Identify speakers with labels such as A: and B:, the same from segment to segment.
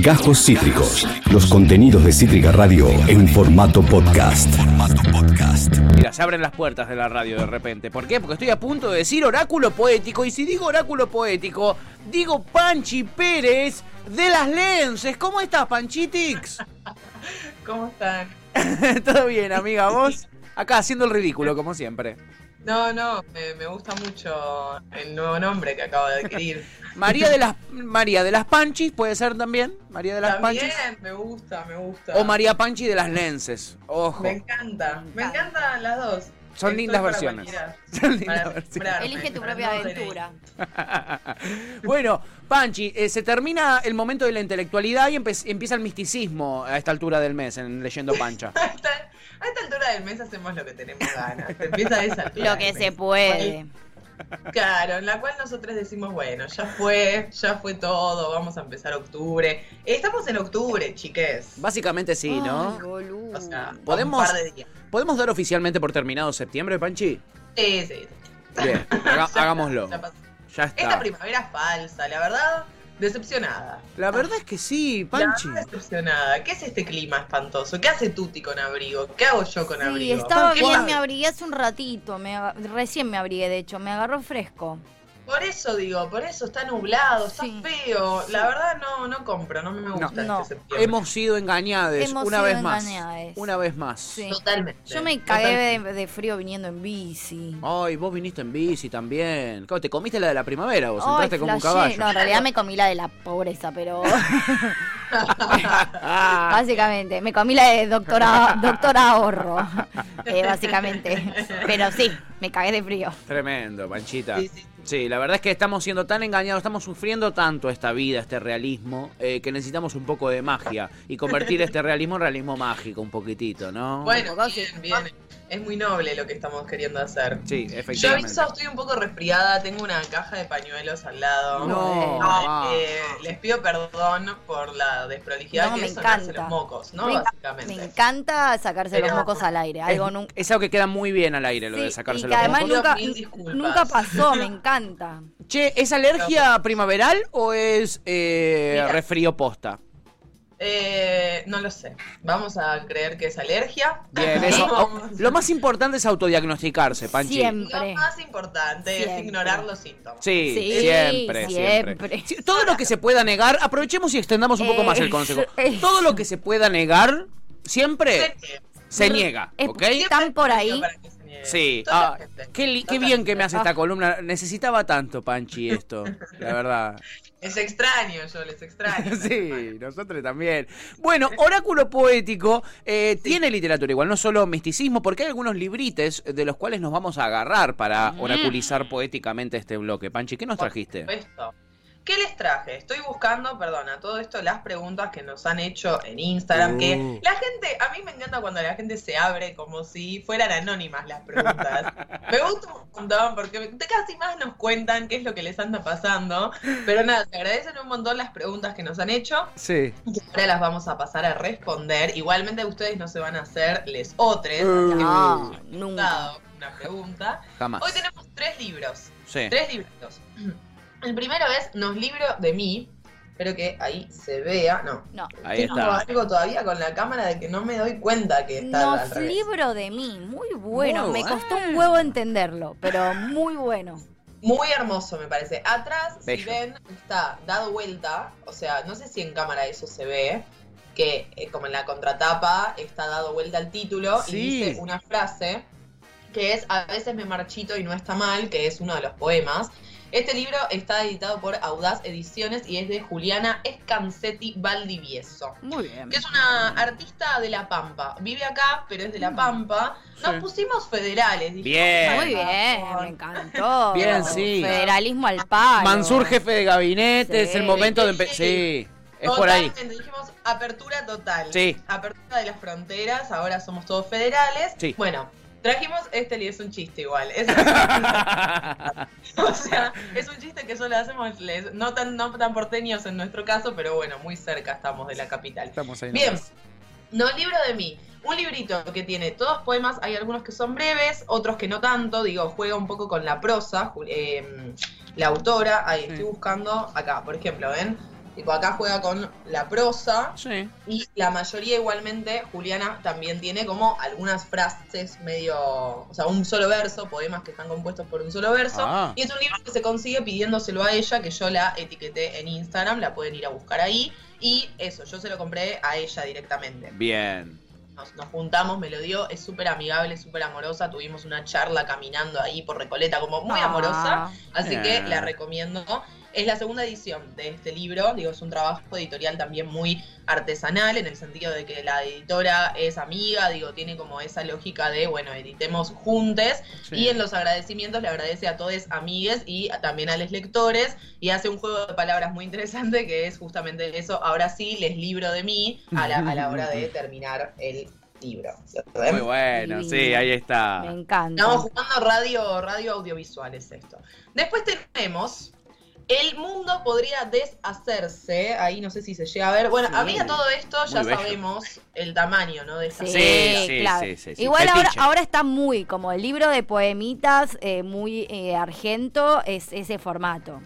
A: Gajos Cítricos. Los contenidos de Cítrica Radio en formato podcast.
B: Mira, se abren las puertas de la radio de repente. ¿Por qué? Porque estoy a punto de decir oráculo poético. Y si digo oráculo poético, digo Panchi Pérez de las Lenses. ¿Cómo estás, Panchitix?
C: ¿Cómo están?
B: Todo bien, amiga. ¿Vos? Acá haciendo el ridículo, como siempre.
C: No, no, me, me gusta mucho el nuevo nombre que acabo de adquirir.
B: María de las María de las Panchis puede ser también. María de las
C: También
B: Panchis.
C: me gusta, me gusta.
B: O María Panchi de las Lenses. Ojo.
C: Me encanta, me encantan las dos.
B: Son
C: Estoy
B: lindas
C: para
B: versiones.
C: cualquiera.
B: Son lindas
C: Para
B: versiones.
C: nombrarme,
D: Elige tu
C: para
D: propia
C: no ser
D: aventura.
B: Bueno, Panchi, eh, se termina el momento de la intelectualidad y empe- empieza el misticismo a esta altura del mes en Leyendo Pancha.
C: A esta, a esta altura del mes hacemos lo que tenemos ganas. Se empieza a esa altura
D: Lo que
C: del
D: se
C: mes.
D: puede.
C: Claro, en la cual nosotros decimos, bueno, ya fue, ya fue todo, vamos a empezar octubre. Estamos en octubre, chiques.
B: Básicamente sí,
D: Ay,
B: ¿no?
D: boludo.
C: O sea,
B: Podemos-
C: un par de días.
B: ¿Podemos dar oficialmente por terminado septiembre, Panchi?
C: Sí, sí.
B: Bien, haga- hagámoslo.
C: Ya pasó.
B: Ya
C: Esta
B: está.
C: primavera falsa, la verdad, decepcionada.
B: La verdad es que sí,
C: La verdad,
B: Panchi.
C: decepcionada. ¿Qué es este clima espantoso? ¿Qué hace Tuti con abrigo? ¿Qué hago yo con
D: Sí,
C: abrigo?
D: estaba
C: ¿Qué
D: bien,
C: pasa?
D: me abrigué hace un ratito, me aga- recién me abrigué de hecho, me agarró fresco.
C: Por eso digo, por eso está nublado,
D: Sí.
C: está feo. La verdad no, no compro, no me gusta
D: No.
C: este septiembre.
B: Hemos sido engañados
D: Hemos
B: una
D: sido
B: vez más.
D: engañades.
B: Una vez más.
D: Sí.
C: Totalmente.
D: Yo me cagué de, de frío viniendo en bici.
B: Ay, vos viniste en bici también. Claro, te comiste la de la primavera, vos
D: Ay,
B: entraste como un
D: flashé.
B: caballo.
D: No, en realidad me comí la de la pobreza, pero
B: Ah.
D: básicamente me comí la de doctora, doctora ahorro, eh, básicamente. Pero sí, me cagué de frío.
B: Tremendo, Panchita. Sí,
C: Sí, sí, sí.
B: la verdad es que estamos siendo tan engañados, estamos sufriendo tanto esta vida, este realismo, eh, que necesitamos un poco de magia y convertir este realismo en realismo mágico un poquitito, ¿no?
C: Bueno,
D: Tampoco
C: bien, bien. Es muy noble lo que estamos queriendo hacer.
B: Sí,
C: Yo
B: efectivamente.
C: aviso, estoy un poco resfriada, tengo una caja de pañuelos al lado.
B: No,
C: Ay,
B: ah.
C: eh, les pido perdón por la desprolijidad
D: No,
C: que
D: me
C: es sacarse
D: encanta.
C: los mocos, ¿no?
D: Me enca-
C: Básicamente.
D: Me encanta sacarse los
C: Pero-
D: mocos al aire, algo
B: es,
D: nunca.
B: es algo que queda muy bien al aire, lo de
D: Sí,
B: sacarse
D: y
B: los
D: que además
B: mocos.
C: mocos.
D: nunca,
C: Mil disculpas.
D: nunca pasó, me encanta.
B: Che, ¿es alergia primaveral o es eh,
C: Mira.
B: resfrío posta?
C: Eh, no lo sé. Vamos a creer que es alergia.
B: Bien, eso.
D: Oh,
C: Vamos.
B: Lo más importante es autodiagnosticarse, Panchi.
D: Siempre.
C: Lo más importante es
D: Siempre.
C: ignorar los síntomas.
B: Sí,
D: Sí,
B: siempre, siempre.
D: siempre.
B: Sí, Todo lo que se pueda negar, aprovechemos y extendamos un poco más el
D: Eh,
B: consejo.
D: eh.
B: Todo lo que se pueda negar, siempre
C: Siempre
B: se niega,
D: Es-
B: ¿ok?
D: siempre- ¿Están por ahí?
C: para que se niegue.
B: Sí, ah,
C: Totalmente.
B: qué, li- qué
C: Totalmente.
B: bien que me hace esta columna. Necesitaba tanto, Panchi, esto, la verdad.
C: Es extraño, yo les extraño.
B: Sí, nosotros también. Bueno, Oráculo Poético eh, tiene literatura igual, no solo misticismo, porque hay algunos librites de los cuales nos vamos a agarrar para
C: Mm.
B: oraculizar poéticamente este bloque. Panchi, ¿qué nos trajiste?
C: Esto. ¿Qué les traje? Estoy buscando, perdón, a todo esto las preguntas que nos han hecho en Instagram,
B: Uh.
C: que la gente, a mí me encanta cuando la gente se abre como si fueran anónimas las preguntas. me gusta un montón porque casi más nos cuentan qué es lo que les anda pasando, pero nada, te agradecen un montón las preguntas que nos han hecho.
B: Sí.
C: Y ahora las vamos a pasar a responder. Igualmente ustedes no se van a hacer les otres.
B: Uh.
C: así que
D: No,
C: me
D: nunca.
C: ha gustado una pregunta.
B: Jamás.
C: Hoy tenemos tres libros.
B: Sí.
C: Tres libritos. El primero es Nos libro de mí. Espero que ahí se vea. No.
D: No.
B: Ahí
C: Tengo
B: está.
C: algo todavía con la cámara de que no me doy cuenta que está al
D: Nos
C: revés.
D: libro de mí, muy bueno.
B: Muy
D: me costó un
B: bueno.
D: huevo entenderlo, pero muy bueno.
C: Muy hermoso, me parece. Atrás, si
B: Bello.
C: ven, está dado vuelta. O sea, no sé si en cámara eso se ve. Que eh, como en la contratapa está dado vuelta el título
B: Sí.
C: y dice una frase que es A veces me marchito y no está mal, que es uno de los poemas. Este libro está editado por Audaz Ediciones y es de Juliana Escancetti Valdivieso
D: Muy bien.
C: que es una artista de La Pampa. Vive acá, pero es de La Pampa. Nos
B: Mm. Sí.
C: pusimos federales. dijimos,
B: Bien.
D: Muy bien, me encantó.
B: Bien, sí.
D: Federalismo al palo.
B: Mansur, jefe de gabinete,
D: Sí.
B: es el momento de empe- Sí, es por ahí.
C: Totalmente, dijimos apertura total.
B: Sí.
C: Apertura de las fronteras, ahora somos todos federales.
B: Sí.
C: Bueno, trajimos este li- es un chiste igual. Es o sea, es un chiste que solo hacemos les- no tan no tan porteños en nuestro caso, pero bueno, muy cerca estamos de la capital.
B: Estamos ahí.
C: Bien, no libro de mí. Un librito que tiene todos poemas, hay algunos que son breves, otros que no tanto, digo, juega un poco con la prosa, Ju- eh, la autora, ahí estoy buscando acá, por ejemplo, ¿ven? Tipo, acá juega con la prosa
B: Sí.
C: y la mayoría igualmente, Juliana también tiene como algunas frases medio, o sea, un solo verso, poemas que están compuestos por un solo verso.
B: Ah.
C: Y es un libro que se consigue pidiéndoselo a ella, que yo la etiqueté en Instagram, la pueden ir a buscar ahí. Y eso, yo se lo compré a ella directamente.
B: Bien.
C: Nos, nos juntamos, me lo dio, es súper amigable, súper amorosa. Tuvimos una charla caminando ahí por Recoleta, como muy
D: Ah,
C: amorosa. Así que
B: Ah.
C: la recomiendo. Es la segunda edición de este libro, digo, es un trabajo editorial también muy artesanal, en el sentido de que la editora es amiga, digo, tiene como esa lógica de, bueno, editemos juntes.
B: Sí.
C: Y en los agradecimientos le agradece a todos amigues y a- también a los lectores, y hace un juego de palabras muy interesante que es justamente eso, ahora sí, les libro de mí a la, a la hora de terminar el libro. ¿Lo ven?
B: Muy bueno,
D: Divino.
B: sí, ahí
D: Ah, Me
B: está.
D: encanta.
C: Estamos jugando radio, radio audiovisual, es esto. Después tenemos. El mundo podría deshacerse. Ahí no sé si se llega a ver. Bueno,
B: Sí.
C: a mí a todo esto ya
B: bello.
C: sabemos el tamaño, ¿no? De esta
D: Sí,
B: Sí, sí,
D: claro.
B: sí, sí, sí.
D: Igual ahora,
B: Fetiche.
D: ahora está muy como el libro de poemitas, eh, muy eh, argento, es ese formato.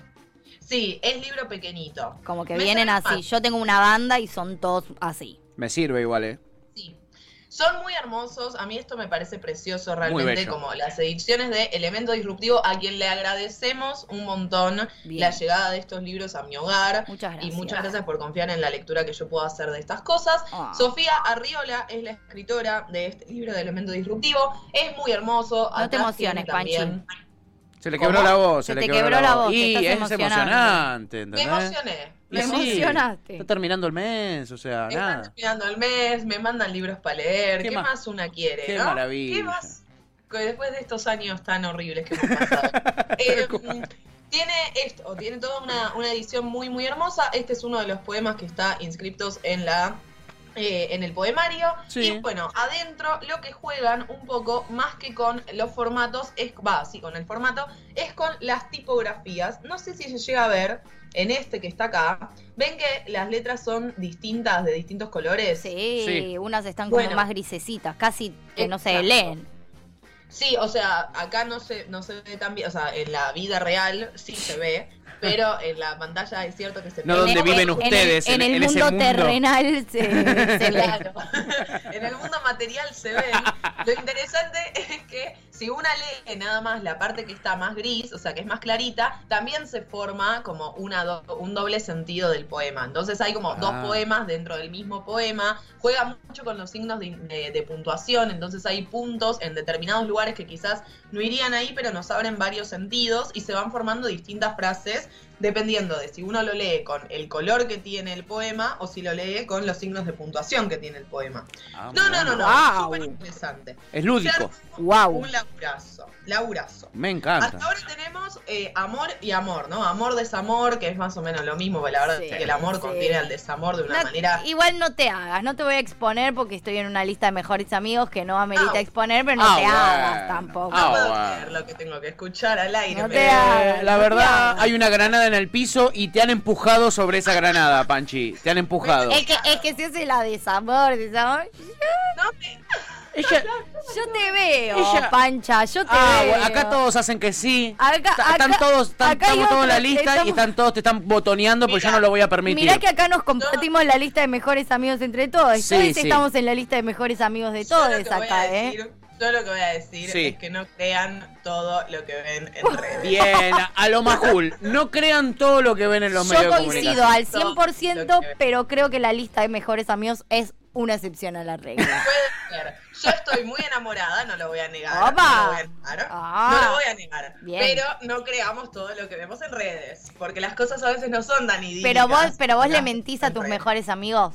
C: Sí, es libro pequeñito.
D: Como que
C: Me
D: vienen
C: suena
D: así.
C: más.
D: Yo tengo una banda y son todos así.
B: Me sirve igual, ¿eh?
C: Sí. Son muy hermosos, a mí esto me parece precioso realmente,
B: bello.
C: como las ediciones de Elemento Disruptivo, a quien le agradecemos un montón
D: Bien.
C: la llegada de estos libros a mi hogar.
D: Muchas gracias.
C: Y muchas gracias por confiar en la lectura que yo puedo hacer de estas cosas.
D: Ah.
C: Sofía Arriola es la escritora de este libro de Elemento Disruptivo. Es muy hermoso.
D: No te
C: Atrás tiene
D: emociones, Panchi.
C: también-
B: Se le
C: ¿Cómo?
B: quebró la voz, se,
D: Se
B: le
D: te
B: quebró,
D: quebró la voz, te
B: Y
D: estás
B: es
D: emocionando.
B: emocionante,
C: Me
B: ¿entendés?
C: emocioné.
B: Y
D: Me
B: sí,
D: emocionaste.
B: Está terminando el mes, o sea,
C: Me están
B: nada.
C: terminando el mes, me mandan libros para leer.
B: Qué
C: ¿Qué,
B: ma-
C: más? una quiere?
B: qué
C: ¿no?
B: maravilla.
C: ¿Qué más? Que Después de estos años tan horribles que hemos pasado. Eh, tiene esto, tiene toda una, una edición muy, muy hermosa. Este es uno de los poemas que está inscriptos en la. eh, en el poemario
B: Sí.
C: y bueno adentro lo que juegan un poco más que con los formatos es va sí con el formato es con las tipografías no sé si se llega a ver en este que está acá ven que las letras son distintas de distintos colores
D: Sí,
B: Sí.
D: unas están como
C: Bueno. Eh,
D: más grisecitas, casi que no se
C: Exacto.
D: leen.
C: Sí, o sea, acá no se, no se ve tan bien, o sea, en la vida real sí se ve, pero en la pantalla es cierto que se
B: No,
C: ve.
B: donde
D: En el-
B: viven
D: en el-
B: ustedes,
D: En,
B: en-
D: el
B: en ese
D: mundo,
B: mundo.
D: terrenal se, se lee.
C: Claro. en el mundo material se ven. Lo interesante es que si una lee nada más la parte que está más gris, o sea, que es más clarita, también se forma como una do- un doble sentido del poema. Entonces hay como dos
B: Ah.
C: poemas dentro del mismo poema. Juega mucho con los signos de, de- de puntuación, entonces hay puntos en determinados lugares que quizás no irían ahí, pero nos abren varios sentidos y se van formando distintas frases dependiendo de si uno lo lee con el color que tiene el poema o si lo lee con los signos de puntuación que tiene el poema.
B: Ah,
C: No, no, no, no,
D: Wow.
C: súper interesante.
B: Es lúdico.
D: Wow.
C: Un laburazo, laburazo.
B: Me
C: Hasta
B: encanta.
C: ahora tenemos eh, amor y amor, ¿no? Amor, desamor, que es más o menos lo mismo, pero la verdad
D: Sí,
C: es que el amor
D: sí.
C: contiene al desamor de una
D: No-
C: manera...
D: Igual no te hagas, no te voy a exponer porque estoy en una lista de mejores amigos que no amerita
C: Ah.
D: exponer, pero no
B: Ah,
D: te
B: bueno.
D: hagas tampoco.
B: Ah,
C: No puedo
B: bueno.
C: creer lo que tengo que escuchar al aire,
D: No te
C: pero...
D: hagas.
B: Eh, la verdad, hay una granada en el piso y te han empujado sobre esa granada, Panchi. Te han empujado.
D: Es que, es que si hace la desamor, desamor,
C: No, me-
B: Ella-
D: yo te veo,
B: Ella-
D: Pancha, yo te
B: ah,
D: veo.
B: bueno, acá todos hacen que sí.
D: eh, Acá-
B: Está- están
D: acá-
B: todos, están-
D: acá hay
B: estamos todos en la
D: otros,
B: lista y
D: estamos-
B: están todos te están botoneando porque yo no lo voy a permitir.
D: Mirá que acá nos compartimos la lista de mejores amigos entre todos.
B: Sí,
D: Todos
B: sí.
D: estamos en la lista de mejores amigos de
C: yo lo
D: todos
C: que voy a
D: acá, ¿eh?
C: decir- Yo lo que voy a decir
B: Sí.
C: es que no crean todo lo que ven en redes.
B: Bien, a- a lo majul. No crean todo lo que ven en los medios
D: Yo
B: de comunicación.
D: coincido al
C: Lo
D: 100%,
C: que-
D: pero creo que la lista de mejores amigos es una excepción a la regla.
C: Puede ser. Yo estoy muy enamorada, no lo voy a negar.
D: ¡Opa!
C: No lo voy a negar.
D: Ah.
C: no lo voy a negar.
D: Bien.
C: Pero no creamos todo lo que vemos en redes. Porque las cosas a veces no son tan idílicas.
D: Pero vos, pero vos
C: Las-
D: le mentís a tus
C: en
D: mejores amigos.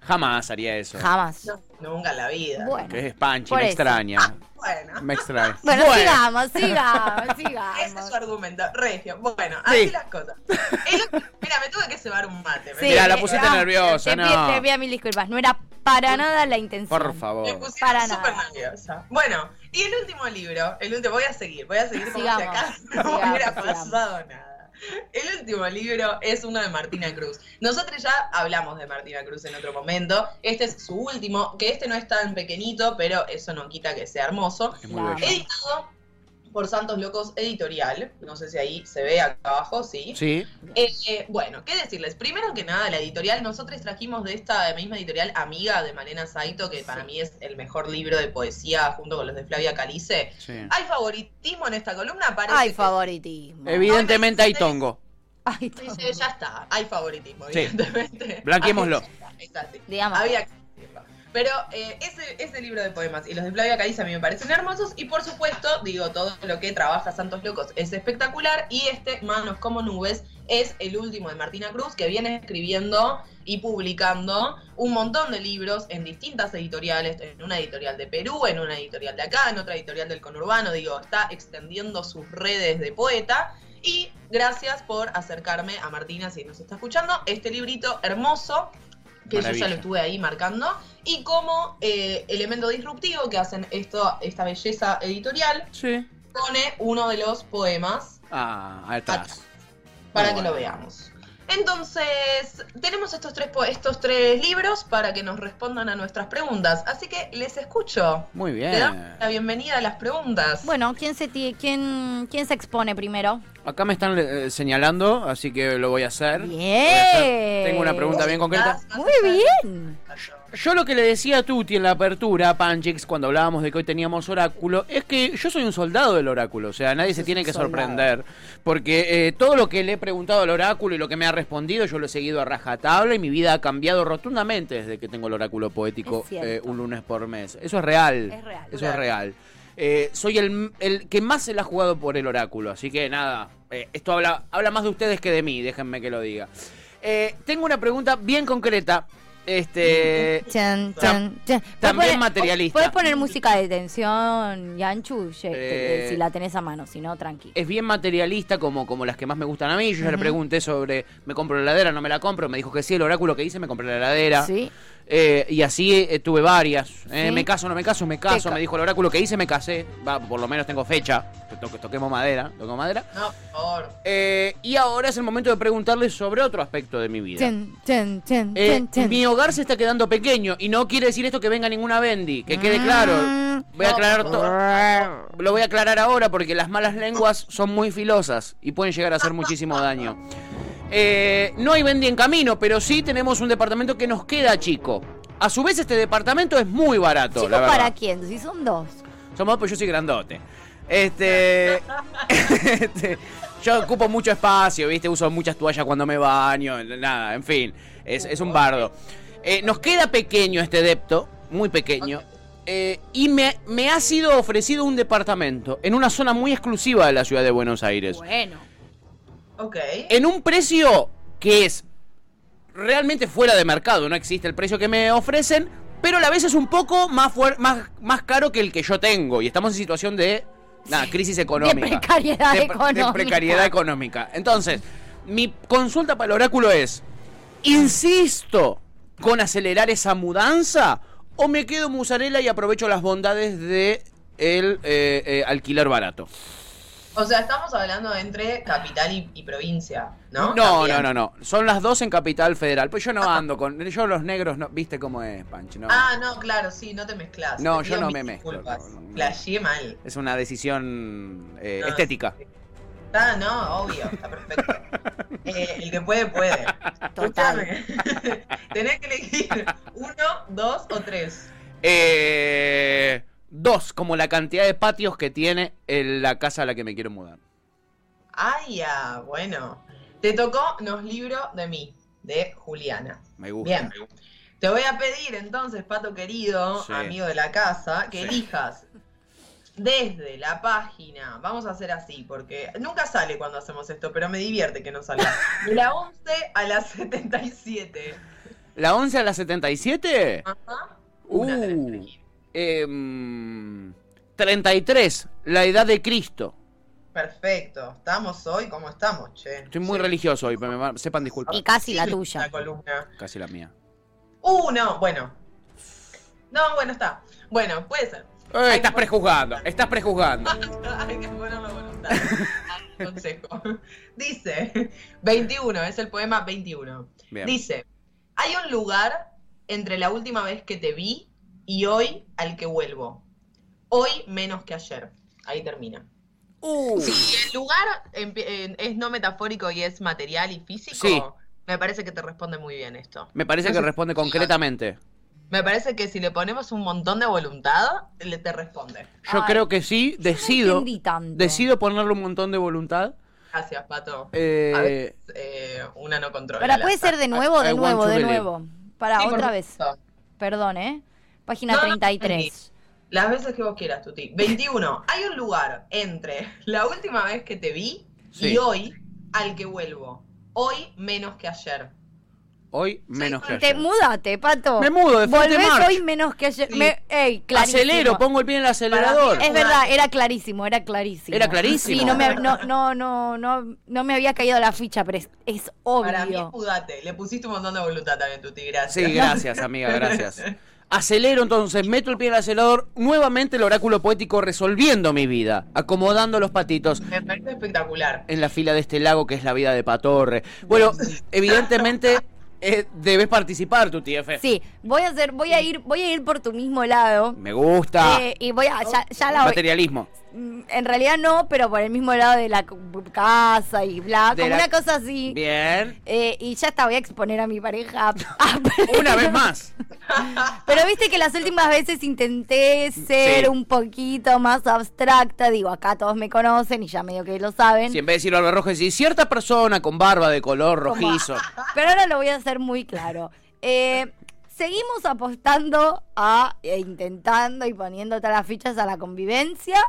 B: Jamás haría eso.
D: Jamás.
C: redes. No, nunca en la vida.
D: Bueno.
B: Que es Panchi,
D: Por
B: me
D: eso.
B: extraña.
C: Bueno.
B: Me extraña.
D: Bueno, sigamos, sigamos,
C: Ese es su
D: sigamos.
C: argumento, Regio. Bueno, así
B: Sí.
C: las cosas. Es- Mira, me tuve que cebar un mate. me-
D: Sí,
B: Mirá, la
D: eh,
B: pusiste
D: ah,
B: nerviosa,
D: te
B: no.
D: pido- Te pido mil disculpas, no era para nada la intención.
B: Por
C: Me
B: favor.
C: pusieron
D: Para
C: súper
D: nada.
C: nerviosa. Bueno, y el último libro, el último, voy a seguir, voy a seguir como si
D: Sigamos,
C: acá no
D: sigamos,
C: hubiera
D: sigamos.
C: pasado nada. El último libro es uno de Martina Cruz. Nosotros ya hablamos de Martina Cruz en otro momento. Este es su último, que este no es tan pequeñito, pero eso no quita que sea hermoso.
B: Es muy bello.
C: Editado por Santos Locos Editorial. No sé si ahí se ve acá abajo, sí.
B: Sí.
C: Eh, eh, bueno, ¿qué decirles? Primero que nada, la editorial, nosotros trajimos de esta misma editorial Amiga de Malena Saito, que para mí es el mejor libro de poesía junto con los de Flavia Calice.
B: Sí.
C: Hay favoritismo en esta columna, parece.
D: Ay,
C: que-
D: favoritismo.
B: Evidentemente hay tongo.
D: Ay,
C: Sí, sí, ya está, hay favoritismo,
B: Sí.
C: evidentemente.
B: Blanqueémoslo.
C: Es así.
D: Digamos.
C: Había que decirlo. Pero eh, ese, ese libro de poemas y los de Flavia Caliza a mí me parecen hermosos. Y por supuesto, digo, todo lo que trabaja Santos Locos es espectacular. Y este, Manos como Nubes, es el último de Martina Cruz, que viene escribiendo y publicando un montón de libros en distintas editoriales, en una editorial de Perú, en una editorial de acá, en otra editorial del conurbano, digo, está extendiendo sus redes de poeta. Y gracias por acercarme a Martina, si nos está escuchando, este librito hermoso, que yo
B: Maravilla.
C: ya lo estuve ahí marcando, y como eh, elemento disruptivo que hacen esto, esta belleza editorial,
B: Sí.
C: pone uno de los poemas
B: Ah, atrás.
C: para
B: Bueno.
C: que lo veamos. Entonces, tenemos estos tres, po- estos tres libros para que nos respondan a nuestras preguntas, así que les escucho.
B: Muy
C: Te
B: bien.
C: damos la bienvenida a las preguntas.
D: Bueno, ¿quién se, ti- quién, ¿quién se expone primero?
B: Acá me están eh, señalando, así que lo voy a hacer.
D: Bien.
B: Voy a hacer. Tengo una pregunta bien concreta.
D: Muy bien.
B: Yo lo que le decía a Tuti en la apertura, Panchix, cuando hablábamos de que hoy teníamos oráculo, es que yo soy un soldado del oráculo, o sea, nadie se tiene que sorprender, porque eh, todo lo que le he preguntado al oráculo y lo que me ha respondido, yo lo he seguido a rajatabla y mi vida ha cambiado rotundamente desde que tengo el oráculo poético
D: Es cierto.
B: eh, un lunes por mes. Eso es real.
D: Es real.
B: Eso es real. Eh, soy el, el que más se la ha jugado por el oráculo, así que nada, eh, esto habla, habla más de ustedes que de mí, déjenme que lo diga. Eh, tengo una pregunta bien concreta. Este,
D: Chan, chan, chan. ¿Puedes
B: También
D: poner-
B: materialista.
D: Puedes poner música de tensión, Yanchu, Ye-
B: Eh,
D: si la tenés a mano, si no, tranqui.
B: es bien materialista como, como las que más me gustan a mí. Yo ya le pregunté sobre, ¿me compro la heladera? ¿No me la compro? Me dijo que sí, el oráculo que hice, me compré la heladera.
D: Sí.
B: Eh, y así eh, tuve varias. Eh,
D: Sí.
B: Me caso, no me caso, me caso.
D: ca-
B: Me dijo el oráculo que hice, me casé. Va, por lo menos tengo fecha. Que to- toquemos madera. Toco madera.
C: No, por favor.
B: Eh, y ahora es el momento de preguntarles sobre otro aspecto de mi vida.
D: Chan, chan, chan,
B: Eh,
D: chan, chan.
B: Mi hogar se está quedando pequeño y no quiere decir esto que venga ninguna Bendy, que
D: Ah.
B: quede claro. Voy a aclarar todo. Lo voy a aclarar ahora porque las malas lenguas son muy filosas y pueden llegar a hacer muchísimo daño. Eh, no hay Bendy en camino, pero sí tenemos un departamento que nos queda chico. A su vez, este departamento es muy barato,
D: Chico,
B: la verdad.
D: ¿para quién? Si son dos.
B: Somos, pues yo soy grandote. Este, este, Yo ocupo mucho espacio, ¿viste? Uso muchas toallas cuando me baño, nada, en fin. Es, es un bardo. Eh, nos queda pequeño este depto, muy pequeño. eh, y me, me ha sido ofrecido un departamento en una zona muy exclusiva de la ciudad de Buenos Aires.
D: Bueno.
C: Ok.
D: ¿Eh?
B: En un precio que es realmente fuera de mercado, no existe el precio que me ofrecen, pero a la vez es un poco más, fuer- más, más caro que el que yo tengo. Y estamos en situación de nada, crisis económica.
D: precariedad
B: De pre-
D: económica.
B: De precariedad económica. Entonces, mi consulta para el oráculo es, ¿insisto con acelerar esa mudanza o me quedo musarela y aprovecho las bondades de el eh, eh, alquiler barato?
C: O sea, estamos hablando de entre capital y, y provincia, ¿no?
B: No,
C: También.
B: no, no, no. Son las dos en Capital Federal. Pues yo no ando con. Yo los negros no. ¿Viste cómo es, Pancho? No.
C: Ah, no, claro, sí, no te mezclas.
B: No,
C: Te
B: yo
C: pido
B: no
C: mil
B: me mezclo,
C: disculpas.
B: no, no, no.
C: Flasheé mal.
B: Es una decisión eh,
C: No,
B: estética.
C: Ah, no, obvio, está perfecto. Eh, el que puede, puede.
D: Total.
C: Escuchame. Tenés que elegir uno, dos o tres.
B: Eh, dos, como la cantidad de patios que tiene el- la casa a la que me quiero mudar.
C: Ay, ah, bueno. Te tocó Nos Libro de mí, de Juliana.
B: Me gusta.
C: Bien. Te voy a pedir entonces, Pato querido,
B: Sí.
C: amigo de la casa, que
B: Sí.
C: elijas desde la página, vamos a hacer así, porque nunca sale cuando hacemos esto, pero me divierte que no salga, de la 11 a la 77.
B: ¿La 11 a la 77?
C: Ajá. Una tenés que
B: Uh,
C: elegir.
B: em, 33, la edad de Cristo.
C: Perfecto, estamos hoy como estamos, che.
B: Estoy muy
C: Sí.
B: religioso hoy, pero me va- sepan disculpar.
D: Y casi la
C: Sí,
D: tuya.
C: La columna.
B: Casi la mía.
C: Uh, no, bueno. No, bueno, está. Bueno, puede ser.
B: Eh, estás prejuzgando, estás prejuzgando.
C: Ah. Hay que ponerlo voluntario. Al consejo. Dice, 21, es el poema 21.
B: Bien.
C: Dice, hay un lugar entre la última vez que te vi y hoy al que vuelvo. Hoy menos que ayer. Ahí termina.
B: Uh,
C: Si el lugar empie- eh, es no metafórico y es material y físico,
B: Sí.
C: me parece que te responde muy bien esto.
B: Me parece que responde concretamente.
C: Me parece que si le ponemos un montón de voluntad, le te responde.
B: Yo
D: Ay,
B: creo que sí,
D: no
B: decido.
D: entendí tanto.
B: Decido ponerle un montón de voluntad.
C: Gracias, Pato.
B: Eh,
C: A veces eh, una no controla.
D: Para,
C: el
D: puede
C: azar.
D: ser de nuevo,
B: I
D: de
B: want
D: nuevo,
B: to
D: de
B: believe.
D: nuevo. Para
C: Sí, por
D: otra vez.
C: supuesto.
D: Perdón, ¿eh? Página
C: No, no,
D: 33.
C: Las veces que vos quieras, Tuti. 21. Hay un lugar entre la última vez que te vi
B: Sí.
C: y hoy al que vuelvo. Hoy menos que ayer.
B: Hoy menos que
D: Te
B: ayer.
D: mudate, pato.
B: Me mudo, de frente
D: Volvés
B: march.
D: hoy menos que ayer.
C: Sí.
D: Me- ey, clarísimo.
B: Acelero, pongo el pie en el acelerador.
C: Para mí
D: Es verdad, era clarísimo, era clarísimo.
B: Era clarísimo.
D: Sí, no me, no, no, no, no, no me había caído la ficha, pero es, es
C: Para mí,
D: obvio.
C: mudate. Le pusiste un montón de voluntad también, Tuti.
B: Sí,
C: Gracias.
B: gracias, amiga, gracias. Acelero entonces, meto el pie en el acelerador, nuevamente el oráculo poético resolviendo mi vida, acomodando los patitos
C: Me parece espectacular.
B: en la fila de este lago que es la vida de Patorre. Bueno, evidentemente eh, debes participar, tu TF.
D: Sí, voy a hacer, voy a ir, voy a ir por tu mismo lado.
B: Me gusta.
D: Eh, y voy a, ya, ya la voy.
B: Materialismo.
D: Mm, En realidad no, pero por el mismo lado de la c- casa y bla,
B: De
D: como
B: la-
D: una cosa así.
B: Bien.
D: Eh, y ya está, voy a exponer a mi pareja.
B: Una vez más.
D: Pero viste que las últimas veces intenté ser
B: Sí.
D: un poquito más abstracta. Digo, acá todos me conocen y ya medio que lo saben.
B: Si en vez de decir barba roja, decís cierta persona con barba de color
D: Como-
B: rojizo.
D: Pero ahora lo voy a hacer muy claro. Eh, seguimos apostando a e intentando y poniendo todas las fichas a la convivencia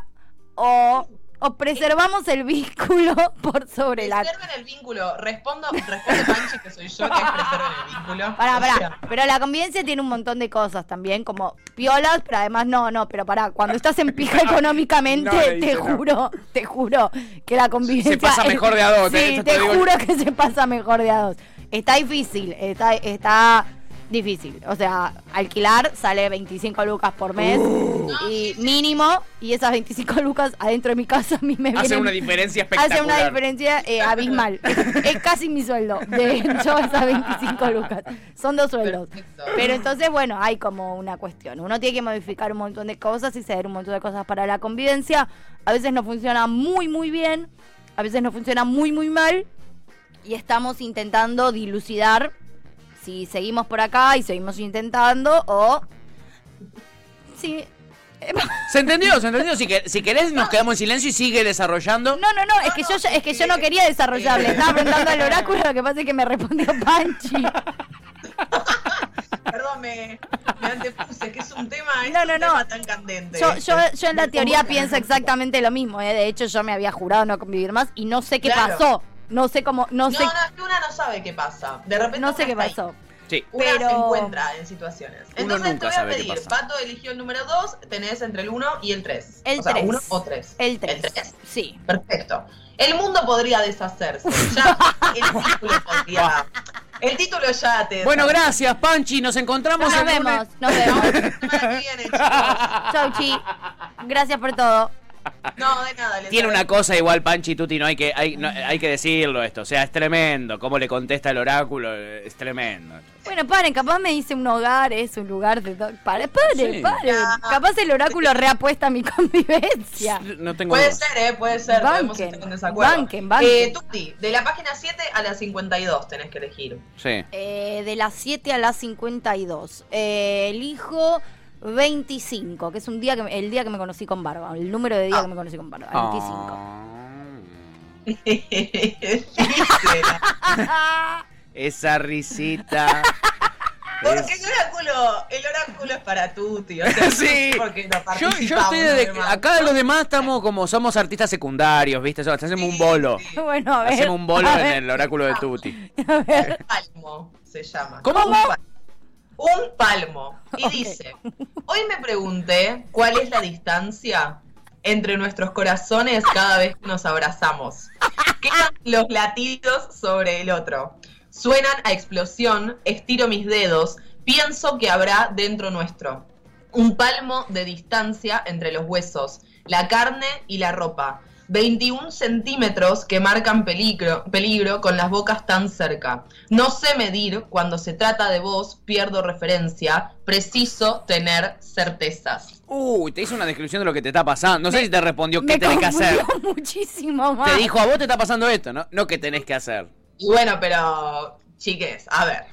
D: o, o preservamos el vínculo por sobre la...
C: Preserven el vínculo. Respondo, responde Panchi, que soy yo, que es preserven el vínculo.
D: Pará,
C: O
D: pará.
C: sea,
D: Pero la convivencia tiene un montón de cosas también, como piolas, pero además no, no, pero pará, cuando estás en pija económicamente,
B: No, le
D: te
B: dice no.
D: juro, te juro que la convivencia...
B: Se pasa mejor de a dos, eh,
D: Sí,
B: eso
D: te,
B: te digo.
D: juro que se pasa mejor de a dos. Está difícil, está, está difícil. O sea, alquilar sale 25 lucas por mes
B: Uh.
D: y mínimo, y esas 25 lucas adentro de mi casa a mí me
B: Hace
D: vienen-
B: una diferencia espectacular.
D: Hace una diferencia eh, abismal. Es, es casi mi sueldo. De hecho, esas 25 lucas. Son dos sueldos.
C: Perfecto.
D: Pero entonces, bueno, hay como una cuestión. Uno tiene que modificar un montón de cosas y ceder un montón de cosas para la convivencia. A veces no funciona muy, muy bien. A veces no funciona muy, muy mal. Y estamos intentando dilucidar si seguimos por acá y seguimos intentando o... Sí.
B: ¿Se entendió? ¿Se entendió? Si, que- si querés, nos quedamos en silencio y sigue desarrollando.
D: No, no,
C: Ah,
D: no, es que yo ya- es que yo no quería desarrollar, le estaba preguntando al oráculo, lo que pasa es que me respondió Panchi.
C: Perdón, me, me antepuse, que es un tema, es
D: No, no,
C: un
D: no.
C: tema tan candente.
D: Yo, yo, yo en la
C: Me
D: teoría
C: convoca.
D: pienso exactamente lo mismo, ¿eh? de hecho yo me había jurado no convivir más y no sé qué
C: Claro.
D: pasó, no sé cómo, no
C: No,
D: sé,
C: no, es que una no sabe qué pasa. De repente
D: no sé
C: una
D: qué
C: está ahí.
D: pasó.
B: Sí.
C: Una
D: Pero-
C: se encuentra en situaciones. Entonces
B: nunca
C: te voy a
B: sabe qué
C: pedir,
B: pasa.
C: Pato eligió el número 2, tenés entre el 1 y el 3.
D: El
C: o sea,
D: tres.
C: 1 o 3.
D: El 3. Sí.
C: Perfecto. El mundo podría deshacerse. Ya el título podría. El título ya te.
B: Bueno, gracias, Panchi. Nos encontramos el
D: Nos
B: lunes.
D: vemos, nos vemos.
C: Semana que viene, chicos.
D: Chau, Chi. Gracias por todo.
C: No, de nada. les
B: Tiene una
C: agradezco.
B: cosa igual Panchi Tuti, no hay que hay, no- hay que decirlo esto, o sea, es tremendo cómo le contesta el oráculo, eh, es tremendo.
D: Bueno, paren, capaz me dice un hogar, es un lugar de... do- Paren, paren,
B: Sí.
D: paren. Capaz el oráculo reapuesta mi convivencia.
B: No tengo
C: Puede
B: dudas.
C: ser, ¿eh? Puede ser.
D: Banquen,
C: podemos estar en desacuerdo.
D: banquen, banquen.
C: Eh, Tuti, de la página 7 a la 52 tenés que elegir.
B: Sí.
D: Eh, de las 7 a las 52. Eh, elijo 25, que es un día que, me- el día que me conocí con Barba. El número de día
C: Ah.
D: que me conocí con Barba. 25.
B: Ah.
C: Porque
B: Esa risita.
C: el oráculo, el oráculo es para Tuti. O sea,
B: Sí.
C: Porque no
B: Yo,
C: participamos
B: yo estoy desde-
C: además.
B: acá los demás estamos como somos artistas secundarios, ¿viste? So, Hacemos un
C: Sí,
B: bolo.
C: sí.
D: Bueno, a ver.
B: Hacemos un bolo
D: a
B: en
D: ver,
B: el oráculo de Tuti.
D: a ver.
C: palmo se llama.
B: ¿Cómo?
C: Un, pa- un palmo. Y
D: Ok.
C: dice, hoy me pregunté cuál es la distancia entre nuestros corazones cada vez que nos abrazamos. Quedan los latidos sobre el otro. Suenan a explosión, estiro mis dedos, pienso que habrá dentro nuestro. Un palmo de distancia entre los huesos, la carne y la ropa. 21 centímetros que marcan peligro, peligro con las bocas tan cerca. No sé medir, cuando se trata de vos pierdo referencia, preciso tener certezas.
B: Uy, te hizo una descripción de lo que te está pasando. No sé si te respondió qué
D: Me
B: tenés que hacer.
D: confundió muchísimo más.
B: Te dijo, a vos te está pasando esto, ¿no? No, qué tenés que hacer.
C: Y bueno, pero chiques, a ver,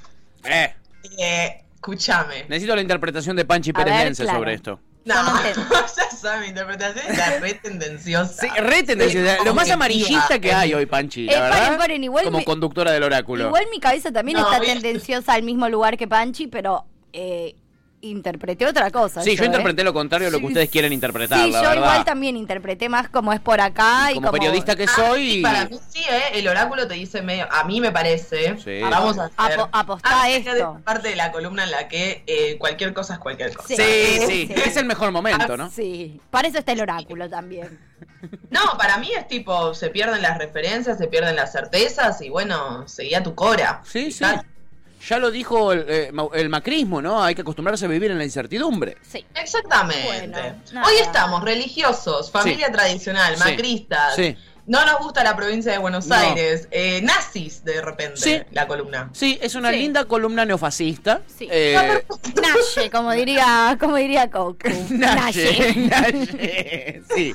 B: Eh,
C: eh, escúchame.
B: necesito la interpretación de Panchi
D: A ver,
B: Perenense
D: claro.
B: sobre esto.
C: No,
D: Yo no entiendo.
C: ya sabes, mi interpretación está re tendenciosa.
B: Sí, re tendencia,
C: Soy
B: Lo más
C: objetiva,
B: amarillista que
C: eh.
B: hay hoy, Panchi,
D: Eh,
B: la verdad.
D: paren, paren, igual
B: Como
D: me-
B: conductora del oráculo.
D: Igual mi cabeza también
C: No,
D: está
C: bien.
D: tendenciosa al mismo lugar que Panchi, pero eh, interpreté otra cosa.
B: Sí, yo
D: ¿eh?
B: interpreté lo contrario a lo que
D: Sí,
B: ustedes quieren interpretar,
D: Sí,
B: la
D: yo
B: verdad.
D: igual también interpreté más como es por acá y
B: como, periodista que
C: Ah,
B: soy.
C: sí, para mí sí, ¿eh? El oráculo te dice medio. A mí me parece. ¿eh? Ah,
B: Sí.
C: Vamos a hacer.
D: Apo- apostá
C: Ah,
D: a
C: esa es
D: esto.
C: Parte de la columna en la que eh, cualquier cosa es cualquier cosa.
B: Sí,
D: Sí,
B: sí,
D: sí.
B: Es el mejor momento, ¿no?
D: este, Ah, Sí, para eso está el oráculo también.
C: No, para mí es tipo, se pierden las referencias, se pierden las certezas y bueno, seguía tu cora.
B: Sí, sí.
C: Tal.
B: Ya lo dijo el, eh, ma- el macrismo, ¿no? Hay que acostumbrarse a vivir en la incertidumbre.
D: Sí.
C: Exactamente.
D: Bueno, nada.
C: Hoy estamos religiosos, familia
B: Sí.
C: tradicional,
B: Sí.
C: macristas.
B: Sí.
C: No nos gusta la provincia de Buenos
B: No.
C: Aires. eh, nazis, de repente,
B: Sí.
C: la columna.
B: Sí, es una
D: Sí.
B: linda columna neofascista.
D: Sí.
B: Eh,
D: Naye, como diría, como diría Coco.
B: Naye,
D: Naye.
B: Naye. Sí,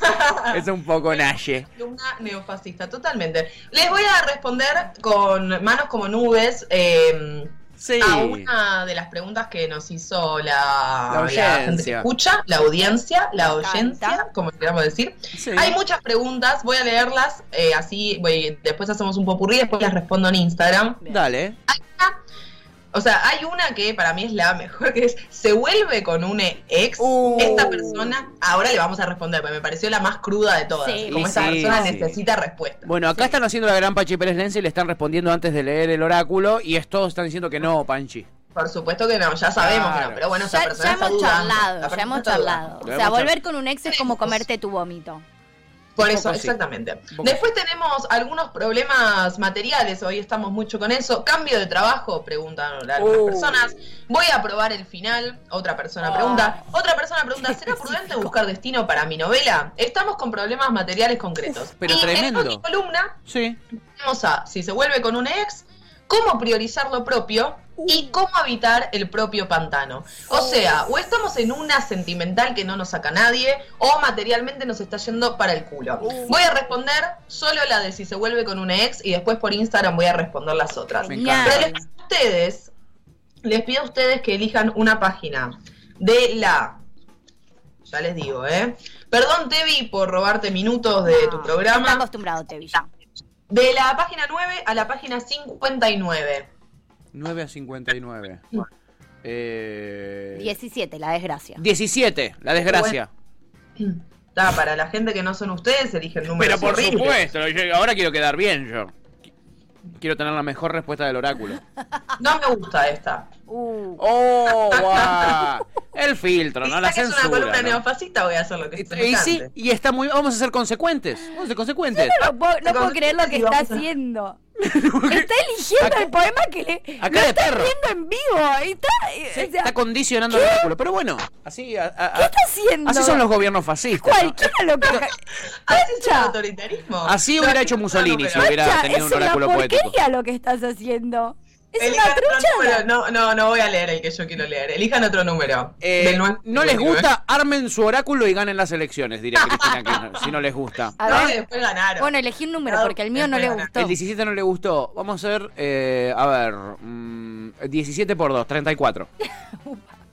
B: es un poco Naye.
C: Columna neofascista, totalmente. Les voy a responder con manos como nubes eh,
B: Sí.
C: a
D: Ah,
C: una de las preguntas que nos hizo la,
B: La audiencia.
C: gente que escucha, la audiencia, la
D: Me
C: audiencia,
D: encanta.
C: como queramos decir.
B: Sí.
C: Hay muchas preguntas, voy a leerlas, eh, así voy- después hacemos un popurrí, después las respondo en Instagram.
B: Dale.
C: O sea, hay una que para mí es la mejor, que es, ¿se vuelve con un ex?
B: Uh.
C: Esta persona, ahora le vamos a responder, porque me pareció la más cruda de todas.
D: Sí.
C: como
B: Y
C: esta
B: sí,
C: persona
B: sí.
C: necesita respuesta.
B: Bueno, acá están haciendo la gran Panchi Pérez Lense y le están respondiendo antes de leer el oráculo y es- todos están diciendo que no, Panchi.
C: Por supuesto que no, ya sabemos que
B: Claro.
C: no, pero bueno, esa
D: Ya,
C: persona
D: ya
C: está
D: hemos
C: dudando, la
D: charlado, ya
C: persona
D: hemos
C: está dudando.
D: charlado. O
B: Lo
D: sea,
B: hemos
D: volver con un ex es como comerte tu vómito.
C: Por
B: Un
C: eso,
B: poco sí.
C: exactamente.
B: poco
C: Después tenemos algunos problemas materiales, hoy estamos mucho con eso. Cambio de trabajo, preguntan algunas
B: Uh.
C: personas. Voy a probar el final, otra persona
D: Ah.
C: pregunta. Otra persona pregunta,
D: Qué
C: ¿será prudente
D: específico.
C: buscar destino para mi novela? Estamos con problemas materiales concretos.
B: pero
C: y
B: tremendo.
C: En otra columna
B: Sí.
C: tenemos a, si se vuelve con un ex, cómo priorizar lo propio y cómo habitar el propio pantano. O sea, o estamos en una sentimental que no nos saca nadie, o materialmente nos está yendo para el culo. Voy a responder solo la de si se vuelve con un ex y después por Instagram voy a responder las otras.
B: Me
D: Genial.
C: Pero les pido a ustedes, les pido a ustedes que elijan una página de la. Ya les digo, ¿eh? Perdón, Tevi, por robarte minutos de tu
D: No,
C: programa.
D: Está acostumbrado, Tevi. ya.
C: De la página 9 a la página 59.
B: 9 a 59. Eh...
D: 17, la desgracia.
B: 17, la desgracia.
C: Está, para la gente que no son ustedes, eligen números
B: Pero por
C: horribles.
B: supuesto, yo ahora quiero quedar bien yo. Quiero tener la mejor respuesta del oráculo.
C: No me gusta esta.
D: Uh,
B: ¡Oh, guau! El filtro, ¿no? La
C: Quizá que es una columna
B: censura. ¿no?
C: neofascista, voy a hacer lo que
B: Y-
C: estoy
B: Y sí, y está muy... Vamos a ser consecuentes. Vamos a ser consecuentes.
D: no puedo, no
C: Te
D: puedo creer lo que está
C: vamos a-
D: haciendo. Está eligiendo
B: Acá-
D: el poema que le
B: acá
D: lo
B: de
D: está
B: perro.
D: viendo en vivo. Está, eh, o sea,
B: Está condicionando el oráculo. Pero bueno, así... a- a-
D: ¿Qué está haciendo?
B: Así son los gobiernos fascistas. ¿no?
D: Cualquiera lo que.
C: ¿Así es el
D: Pancha.
C: autoritarismo?
B: Así
C: No,
B: hubiera
C: no,
B: hecho
C: no,
B: Mussolini,
C: no,
B: si hubiera-
D: Pancha,
B: tenido
D: es
B: un oráculo
D: una
B: poético.
D: porquería lo que estás haciendo. Es
C: Elijan
D: una
C: otro número.
D: trucha.
C: No, no, no voy a leer el que yo quiero leer. Elijan otro número.
B: Eh,
C: Del nueve-
B: no les
C: del nueve.
B: gusta, armen su oráculo y ganen las elecciones, diría Cristina Kirchner, si no les gusta.
D: A
C: No,
D: ver.
C: y después ganaron.
D: Bueno, elegí un número
C: Ah,
D: porque el mío no le
C: espera.
D: gustó.
B: El 17 no le gustó. Vamos a ver, eh, a ver, mm, 17 por 2, 34.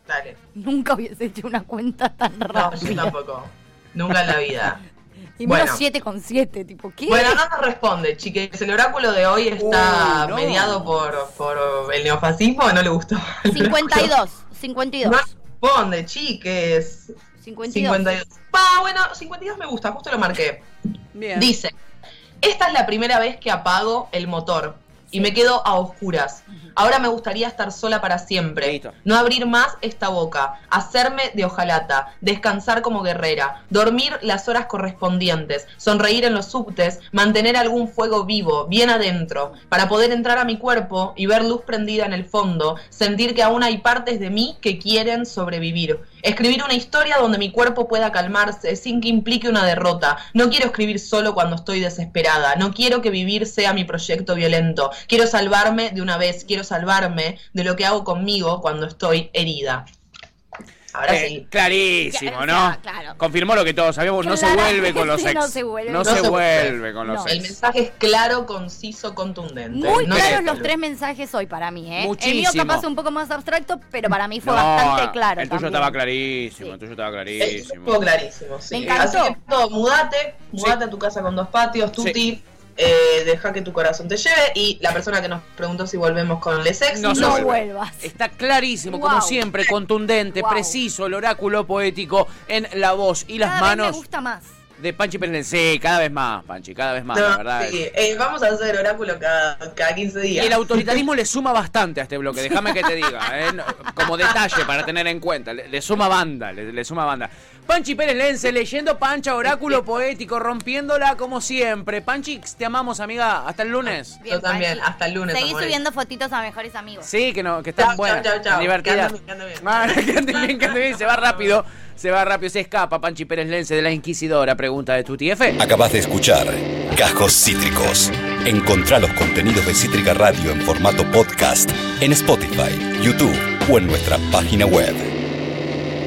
C: Dale.
D: Nunca hubiese hecho una cuenta tan
C: No, yo
D: rápida.
C: tampoco. Nunca en la vida.
D: y menos
C: Bueno.
D: 7 con 7, tipo, ¿qué?
C: Bueno, no nos responde, chiques. El oráculo de hoy está
B: Uy, no.
C: mediado por, por el neofascismo, no le gustó.
D: 52, 52.
C: No responde, chiques.
D: 52.
C: 52. Pa, bueno, 52 me gusta, justo lo marqué.
B: Bien.
C: Dice, esta es la primera vez que apago el motor. y me quedo a oscuras. Ahora me gustaría estar sola para siempre.
B: Listo.
C: No abrir más esta boca. Hacerme de hojalata. Descansar como guerrera. Dormir las horas correspondientes. Sonreír en los subtes. Mantener algún fuego vivo, bien adentro. Para poder entrar a mi cuerpo y ver luz prendida en el fondo. Sentir que aún hay partes de mí que quieren sobrevivir. Escribir una historia donde mi cuerpo pueda calmarse sin que implique una derrota. No quiero escribir solo cuando estoy desesperada. No quiero que vivir sea mi proyecto violento. Quiero salvarme de una vez. Quiero salvarme de lo que hago conmigo cuando estoy herida. Ahora
B: Eh,
C: sí.
B: Clarísimo,
D: O sea,
B: ¿no?
D: claro.
B: Confirmó lo que todos sabíamos, no se
D: Claramente
B: vuelve con los
D: sí,
B: ex.
D: no se vuelve.
B: No
D: No
B: se
C: se vuelve.
B: vuelve con los
D: No.
C: El
B: ex.
C: mensaje es claro, conciso, contundente.
D: Muy
C: No
D: claros
B: es-
D: los tres mensajes hoy para mí, ¿eh?
B: Muchísimo.
D: El mío capaz un poco más abstracto, pero para mí fue
B: No,
D: bastante claro.
B: El tuyo
D: también.
B: estaba clarísimo,
D: Sí.
B: el tuyo
C: Eh,
B: estaba
C: es
B: clarísimo.
C: todo clarísimo, sí.
D: Me encantó.
C: Así que todo, mudate, mudate a tu casa con dos patios, tuti, eh, deja que tu corazón te lleve y la persona que nos preguntó si volvemos con Les Ex,
B: No se
D: No
B: vuelve.
D: vuelvas.
B: Está clarísimo, como
D: Wow.
B: siempre, contundente,
D: Wow.
B: preciso, el oráculo poético en la voz y las
D: Cada vez me
B: manos
D: gusta más.
B: de Panchi Pérez. Sí, cada vez más, Panchi, cada vez más,
C: No,
B: la verdad.
C: sí. Eh, vamos a hacer oráculo cada, cada 15
B: Y
C: días.
B: el autoritarismo le suma bastante a este bloque, déjame que te diga, ¿eh? No, como detalle para tener en cuenta, le, le suma banda, le, le suma banda. Panchi Pérez Lense, leyendo Pancha, oráculo poético, rompiéndola como siempre. Panchi, te amamos, amiga, hasta el lunes.
C: Yo también,
D: Panchi.
C: hasta el lunes.
D: Seguí
C: amores.
D: subiendo fotitos a mejores amigos.
B: Sí, que, no, que están
C: Chau,
B: buenas,
C: chau, chau, chau.
B: están divertidas.
C: Que anden bien, que
B: Ah,
C: anden bien.
B: que anden bien, que anden bien, se va rápido, se va rápido, se escapa Panchi Pérez Lense de la Inquisidora, pregunta de tu TF.
A: Acabas de escuchar Cajos Cítricos. Encontrá los contenidos de Cítrica Radio en formato podcast en Spotify, YouTube o en nuestra página web.